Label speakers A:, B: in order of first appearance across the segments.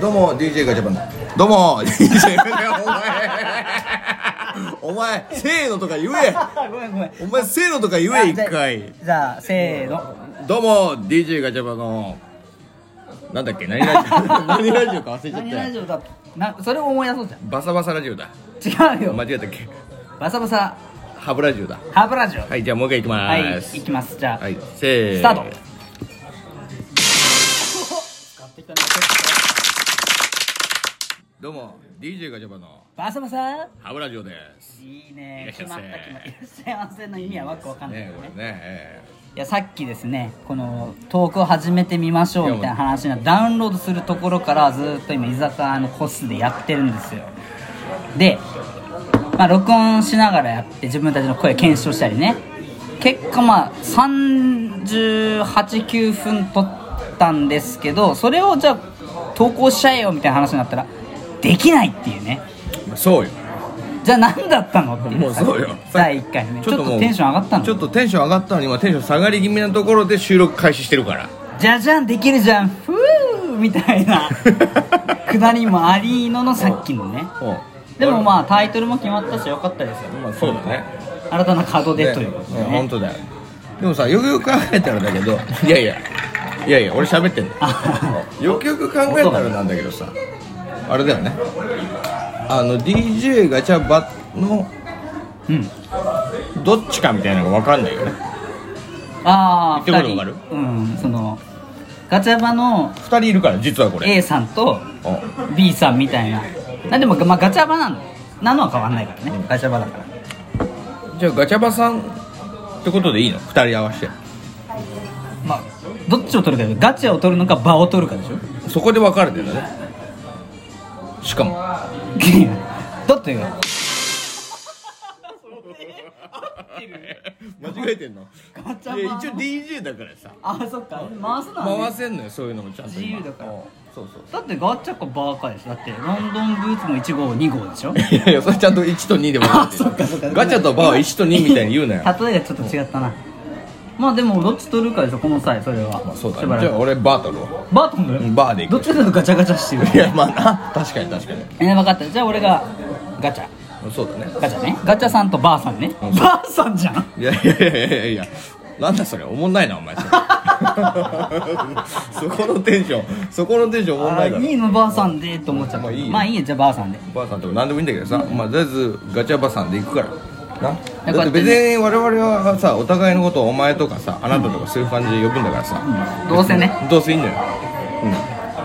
A: どうも DJ ガチャパンどうも DJ ガチャお前お前せーのとか言え
B: ごめんごめん
A: お前せーのと か言え一回
B: じゃあせーの
A: どうも DJ ガチャパンのなんだっけ何ラジオ何ラジオか忘れちゃっ
B: 何
A: た
B: ラ
A: よ
B: ジオだなそれを思い出そう
A: バサバサラジオだ
B: じゃん違うよ、
A: 間違ったっけ
B: バサバサ
A: ハブラジオだ
B: ハーブラジオ
A: はいじゃあもう一回いきま
B: はい
A: ーす
B: いきますじゃあ、
A: はいせー
B: スタート
A: どうも DJ ガチャパンの
B: バサバサ
A: ハブラジオです
B: いいね
A: いら
B: 決
A: っし
B: ま
A: ゃ
B: っ
A: い
B: た
A: ま
B: 決ま
A: せ
B: ったいらっしゃいませの意味はわくわかんないよ
A: ねこれねえ
B: いやさっきですねこのトークを始めてみましょうみたいな話になってダウンロードするところからずっと今居酒屋の個室でやってるんですよで、まあ、録音しながらやって自分たちの声検証したりね結果まあ389分撮ったんですけどそれをじゃあ投稿しちゃえよみたいな話になったらできないっていうね
A: えまあそうよ
B: じゃあ何だったのっていう
A: もうそうよ
B: 第1回目ちょっと
A: もう
B: テンション上がったの
A: ちょっとテンション上がったのに今テンション下がり気味なところで収録開始してるから
B: じゃじゃんできるじゃんふーみたいなくだりもありののさっきのねでもまあタイトルも決まったしよかったですよ
A: まあそうだね
B: 新たな門出ということで
A: ね本
B: ね
A: 当だよでもさよくよく考えたらだけ どいやいやいやいや俺喋ってんだ
B: あ
A: よよくよく考えたらなんだけどさあれだよねあの DJ ガチャバの
B: うん
A: どっちかみたいなのが分かんないよね
B: ああ
A: 言っ
B: 2
A: て
B: 人
A: ることわ
B: うんそのガチャバの
A: 2人いるから実はこれ
B: A さんと
A: お
B: B さんみたいななんでも、まあ、ガチャバなのなのは変わんないからねガチャバだから
A: じゃあガチャバさんってことでいいの2人合わせて
B: まあどっちを取るかでガチャを取るのか場を取るかでしょ
A: そこで分かれてんだねしかも
B: いやだってよ
A: 間違えてんの
B: ガチ
A: い
B: ャ
A: や
B: バ
A: 一応 DJ だからさ
B: あそっか回すのはね
A: 回せんのよそういうのもちゃんと今
B: 自由だから
A: うんそうそう
B: だってガチャかバーカでしょだってロンドンブーツの1号2号でしょ
A: いやいやそれちゃんと1と2で分か
B: あ
A: れて
B: そっかそっか
A: ガチャとバーは1と2みたいに言うなよ
B: 例えがちょっと違ったなまあでもどっち取るかでしょこの際それは、
A: まあそうだ
B: しば
A: ね
B: ら
A: じ
B: く
A: ゃあ俺バー取るわ
B: バートンだよ
A: うんバーでいく
B: どっちかというとガチャガチャしてる
A: いやまあな確かに確かに
B: え分かったじゃあ俺がガチャ
A: そうだね
B: ガチャねガチャさんとバーさんね
A: うん
B: バーさんじゃん
A: いやいやいやいやいやなんだそれおもんないなお 前それそこのテンションそこのテンションおもん
B: あ
A: ないだろ
B: ーいいのバーさんでと思っちゃった
A: まあいいよ
B: まあいいよじゃあバーさんで
A: ばあさんとか何でもいいんだけどさ、まあ、とりあえずガチャばさんで行くからな
B: だ
A: だ
B: っ
A: ってて別に我々はさお互いのことをお前とかさあなたとかそういう感じで呼ぶんだからさ、
B: どうせね
A: どうせいいんだよ、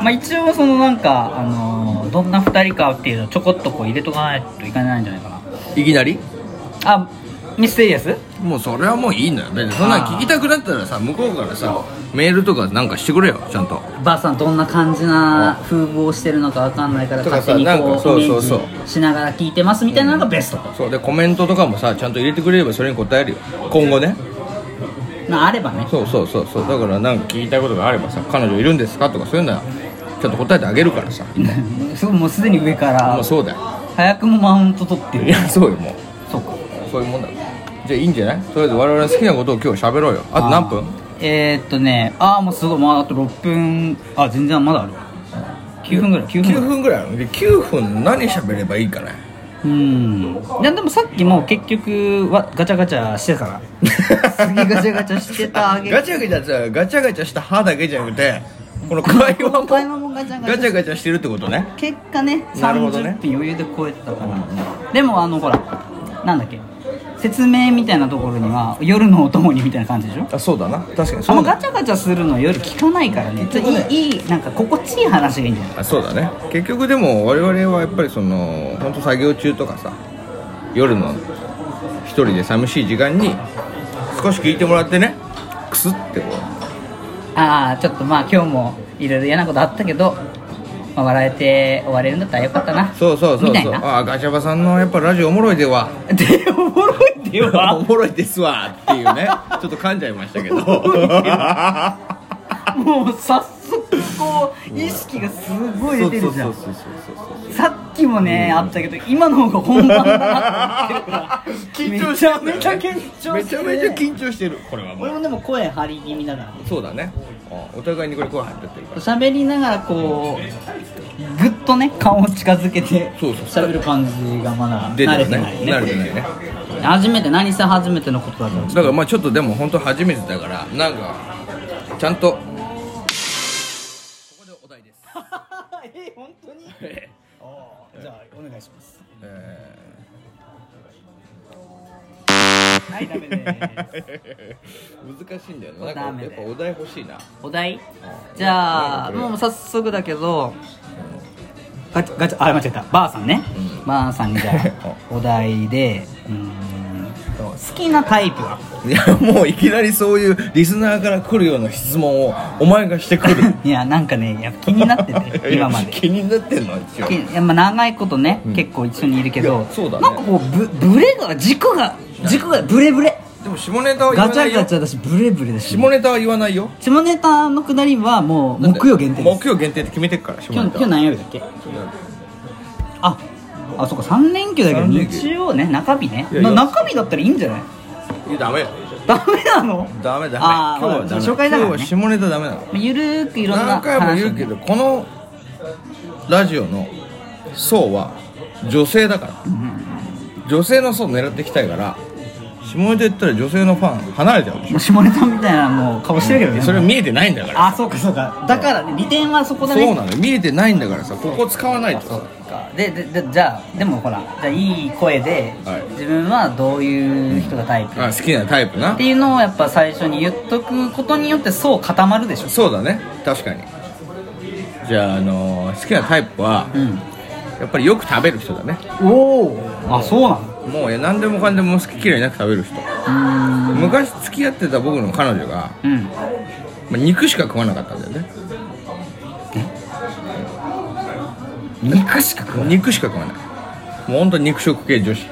B: まあ一応そのなんかあのーどんな2人かっていうのをちょこっとこう入れとかないといけないんじゃないかな
A: うん、いきなり
B: あミステリアス
A: もうそれはもういいんだよ別にそんなん聞きたくなったらさ向こうからさメールとかなんかしてくれよちゃんと
B: ばあさんどんな感じな風貌をしてるのかわかんないから
A: とか
B: 勝
A: さ
B: 手に
A: なん
B: こ
A: か
B: う
A: そう
B: イメ
A: そうそう
B: ージしながら聞いてますみたいなのがベスト
A: そうでコメントとかもさちゃんと入れてくれればそれに答えるよ今後ね
B: なあればね
A: そうそうそうそうだからなんか聞いたいことがあればさ彼女いるんですかとかそういうのはちゃんと答えてあげるからさ
B: すごいもうすでに上から
A: もうそうだよ
B: 早くもマウント取って
A: い
B: る
A: やそうよもう
B: そうか
A: そういうもんだろじゃあいいんじゃないとりあえず我々の好きなことを今日喋ろうよあと何分
B: ーえー、っとねああもうすごいもうあと6分あ全然まだある9分ぐらい9分ぐら
A: 9分ぐらい
B: い
A: あるで9分何喋ればいいかね
B: うんいやでもさっきも結局わガチャガチャしてた から次ガチャガチャしてたあげ
A: ガチャガチャさガチャガチャした歯だけじゃなくてこの会話も
B: 会話もガチャガ
A: ガチ
B: チャ
A: ャガチャしてるってことね
B: 結果ね
A: なるほど
B: 30
A: ね
B: 分余裕で超えてたから、でもあのほらなんだっけ説明みたいなところには夜のお供にみたいな感じでしょ
A: あそうだな確かに
B: あん
A: そ
B: ま
A: うだ
B: ガチャガチャするの夜聞かないからねちょいいいいなんか心地いい話がいいんじゃない
A: あそうだね結局でも我々はやっぱりその本当作業中とかさ夜の一人で寂しい時間に少し聞いてもらってねクスってこう
B: ああちょっとまあ今日もいろいろ嫌なことあったけど、まあ、笑えて終われるんだったらよかったな
A: そうそうそう
B: みたい
A: そう
B: な
A: あガチャバさんのやっぱラジオおもろいでは
B: でおもろいってよ
A: おもろいですわっていうね ちょっと噛んじゃいましたけ ど
B: もう早速こう意識がすごい出てるじゃん
A: そうそうそうそう
B: さっきもね、あったけど今の方が本番だなって思ってるから
A: 緊張してる
B: めちゃめちゃ緊張してる
A: めちゃめちゃ緊張してるこれはも
B: 俺
A: う
B: もでも声張り気味だから
A: そうだねあお互いにこれ声入っちゃってるから
B: 喋りながらこうっとね顔を近づけて
A: そうそう
B: 喋る感じがまだ
A: 出て
B: 慣れ
A: る
B: て
A: ね
B: ない
A: 慣れて
B: ね
A: ないね
B: 初めて何せ初めてのことだか
A: だ
B: ら
A: からまあちょっとでも本当初めてだからなんかちゃんとここでお題 です、
B: え本当に
A: え
B: じゃあお願いします
A: ー
B: はいダメです
A: 難しいんだよななんか
B: ダメ
A: やっ
B: だ
A: ぱ
B: よ
A: お題欲しいな
B: お題じゃあもう早速だけどガチャガチャあ間違えたばあさんね、ばあさんにじゃ あお題でうーんと好きなタイプはい
A: やもういきなりそういうリスナーから来るような質問をお前がしてくる
B: いやなんかねやっぱ気にな ってて今まで
A: 気になってんの一応
B: けいやまあ長いことね、
A: うん
B: 結構一緒にいるけど
A: いやそうだね
B: なんかこうブブレが軸が軸がブレブレ
A: でも下ネタは言わ
B: ガチ
A: な
B: ャ
A: いよ
B: ガチャだしブレブレだし
A: 下ネタは言わないよ
B: 下ネタのくだりはもう木曜限定です
A: 木曜限定って決めてるから下ネ
B: 今日
A: タ
B: 今日何曜日だっけああそっか3連休だけど
A: 三連休
B: 日曜ね中日ね
A: いやいや
B: な中日だったらいいんじゃない
A: いやダメ
B: ダメなの
A: ダメダメ
B: あー
A: 今日はダメ
B: 初回だからね
A: 今日は下ネタダメなの
B: まあゆるーくいろんな
A: 何回も言うけどこのラジオの層は女性だから女性の層狙っていきたいから下ネタ言ったら女性のファン離れちゃうでし
B: もう下ネタみたいなもう顔してるけどね
A: ょそれ見えてないんだから
B: あそうかそうかだからね利点はそこだね
A: そうなの見えてないんだからさここ使わないとさ
B: でででじゃあでもほらじゃあいい声で、
A: はい
B: 自分はどういう人がタイプ、
A: あ
B: っ
A: 好きなタイプな
B: ていうのをやっぱ最初に言っとくことによってそう固まるでしょ
A: そうだね確かにじゃあ、あのー好きなタイプは
B: うん
A: やっぱりよく食べる人だね
B: おおあそうなの
A: もうえ何でもかんでも好き嫌いなく食べる人昔付き合ってた僕の彼女が、
B: うんうん
A: まあ、肉しか食わなかったんだよね
B: 肉しか食わない
A: 肉しか食わないもうほんと肉食系女子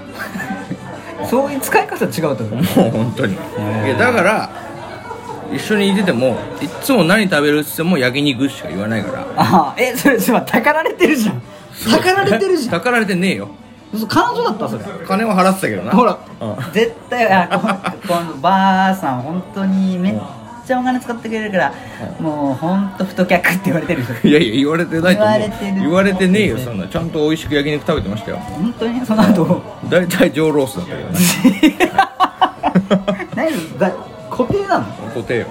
B: そういう使い方違うと思う
A: もう本当にい
B: ー
A: やだから一緒にいててもいっつも何食べるっつっても焼肉しか言わないから
B: あえそれそれたかられてるじゃんたかられてるじゃん
A: たかられてねえよ
B: そう彼女だったそれ
A: 金は払ってたけどな
B: ほら
A: うん
B: 絶対あこのこのばあさん本当にめっちゃお金使ってくれるからもう本当太客って言われてる人
A: いやいや言われてないと思う
B: 言われてる
A: 言われてねえよそんなちゃんと美味しく焼肉食べてましたよ
B: 本当にその 後
A: 大体上ロースだったけどね
B: 何だ固定なの
A: 固定よ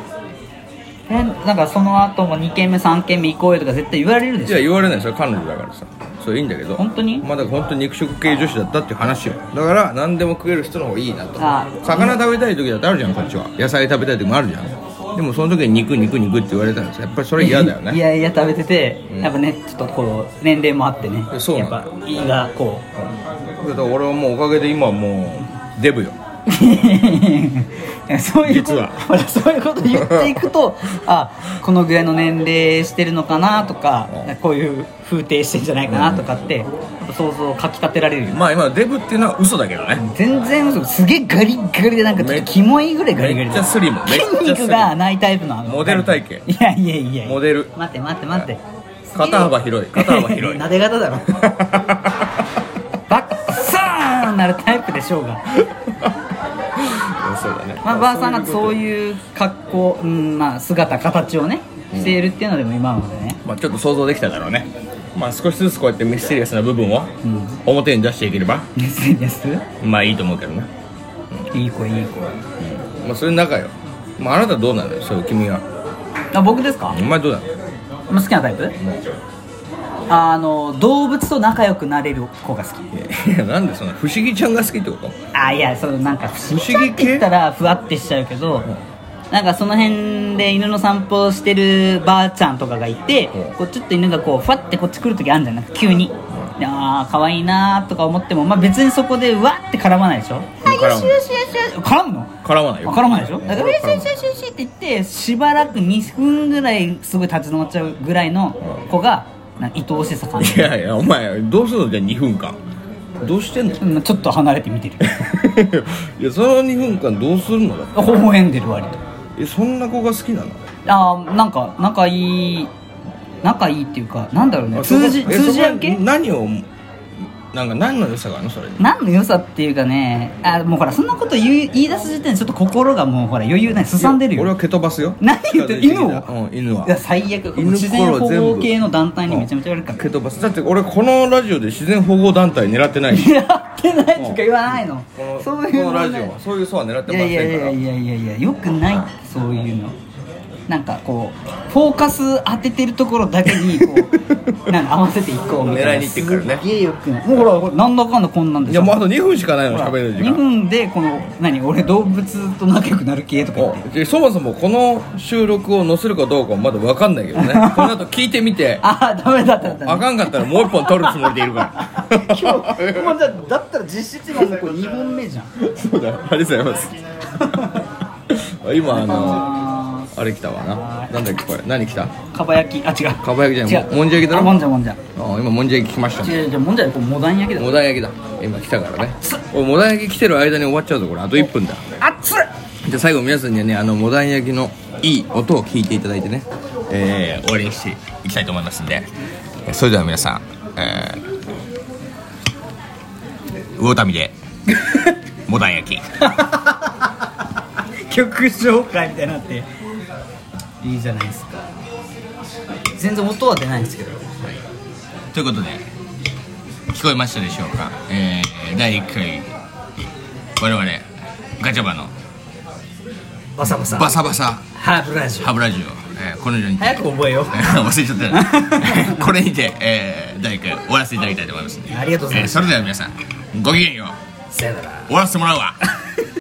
B: えなんかその後も2軒目3軒目行こうよとか絶対言われるで
A: い
B: しょ
A: や言われないそれ彼女だからさそれいいんだけど
B: 本当に
A: まあだから本当に肉食系女子だったっていう話よだから何でも食える人の方がいいなと
B: あ
A: 魚食べたい時だってあるじゃんこっちは野菜食べたい時もあるじゃんでもその時に肉肉肉って言われたんですやっぱりそれ嫌だよ
B: い
A: ね
B: やいや食べてて、
A: うん
B: やっぱねちょっとこう年齢もあってね
A: そう
B: や
A: な
B: っ
A: の
B: ぱ胃がこう
A: だから俺はもうおかげで今はもうデブよ
B: いやそういうこ
A: 実
B: と
A: は
B: ほらそういうこと言っていくとあこのぐらいの年齢してるのかなとか
A: うん
B: こういう風景してんじゃないかなとかってやっぱ想像をかきたてられるよね
A: まあ今デブっていうのは嘘だけどね
B: 全然嘘すげえガリッガリでなんかちょっとキモいぐらいガリガ
A: め
B: リ
A: っちゃスリムめっちゃスリム
B: 筋肉がないタイプのあの
A: モデル体型
B: いやいやいや
A: モデル
B: 待って待って待って
A: 肩幅広い肩幅広い
B: なで方だろバッサーンなるタイプでしょうが
A: そうだね
B: まあ、ばあさんがそういう格好、うんまあ、姿形をねしているっていうのでも今までね、
A: まあ、ちょっと想像できただろうねまあ少しずつこうやってミステリアスな部分を表に出していければ、
B: SNS
A: まあいいと思うけどね、
B: いい子いい子
A: まあそれの中よまああなたどうなのよそう君は
B: あ僕ですか
A: お前どうなの
B: 好きなタイプあの動物と仲良くなれる子が好
A: い
B: き
A: やなんでそんな不思議ちゃんが好きってこと
B: あいやそのなんか不思
A: 不思
B: 議
A: 議系
B: って言ったらふわってしちゃうけど、なんかその辺で犬の散歩をしてるばあちゃんとかがいて、
A: うん
B: こうちょっと犬がこうふわってこっち来る時あるんじゃんなんか急に、でああ可愛いなーとか思っても、まあ、別にそこでうわって絡まないでしょあ
A: 絡む
B: よしよしよしよし絡むの
A: 絡まないよ
B: 絡まないでしょだからよし
A: 絡
B: よ
A: ま
B: し
A: ない
B: よしよしって言ってしばらく2分ぐらいすごい立ち止まっちゃうぐらいの子がなんか愛おしさ感じ
A: い やいやお前どうするのじゃあ2分間どう してんの
B: うんちょっと離れて見てる
A: いやその2分間どうするのだ
B: 微笑んでる割と
A: えそんな子が好きなの
B: あーなんか仲いい仲いいっていうかなんだろうね
A: あそこ
B: 通じ
A: え
B: 通じ合う
A: そ
B: 系
A: こは何をなんか何の良さがあるのそれに
B: 何の良さっていうかねあもうほらそんなこと言い言い出す時点でちょっと心がもうほら余裕ないすさんでるよ
A: 俺は蹴飛ばすよ
B: 何言ってる犬を
A: うん犬はい
B: や最悪
A: 犬
B: 自然保
A: これは全
B: 護
A: 部
B: 系の団体にめちゃめちゃやるから
A: 蹴飛ばすだって俺このラジオで自然保護団体狙ってないし
B: 狙ってないとか言わないの
A: この
B: そういう
A: この
B: 問
A: ラ
B: 題
A: ジオはそういう層は狙って
B: い
A: ませ
B: や
A: ん
B: いやい
A: から
B: やいやいやいやよくないってそういうのなんかこうフォーカス当ててるところだけにこうなんか合わせていこうみたいな
A: 狙いに行ってくからね
B: すっげえよくないもうほらほらなんだかんだこんなんで
A: い
B: し
A: や
B: ょ
A: もうあと2分しかないの
B: ほら
A: 喋る時
B: 2
A: 間
B: 分でこの何俺動物と仲良くなる系とか言って
A: おでそもそもこの収録を載せるかどうかもまだ分かんないけ どねこの後聞いてみて
B: ああダメだった
A: あかんかったらもう一本取るつもりでいるか
B: 今日もうじゃあだったら実質今これ2本目じゃん
A: らそうだありがとうございます 今あの
B: あ
A: あれ来たわななんだっけこれ何来た
B: ーかば焼きあ違う
A: かば焼きじゃない
B: 違う
A: もんじゃ焼きだろ
B: あもんじゃもんじゃ
A: あ今もんじゃ焼き来ましたね
B: 違う違うもんじゃこうモダン焼きだ
A: モダン焼きだ今来たからねおいモダン焼き来てる間に終わっちゃうぞこれあと1分だ
B: あっつれ
A: じゃあ最後皆さんにはねあのモダン焼きのいい音を聞いていただいてねえー終わりにしていきたいと思いますんでえーそれでは皆さんえー、魚民でモダン焼き
B: 曲紹介みたいになっていいじゃないですか全然音は出ないんですけど
A: ということで聞こえましたでしょうか、えー、第1回我々ガチャバの
B: バサバサ
A: バサバサ
B: ハーブラジオ
A: ハブラジオ、えー、このようにて
B: 早く覚えよ う
A: 忘れちゃった これにて、えー、第1回終わらせていただきたいと思いますんで
B: ありがとうござ
A: え
B: い
A: ー
B: ます
A: それでは皆さんごきげんよう
B: さよなら
A: 終わらせてもらうわ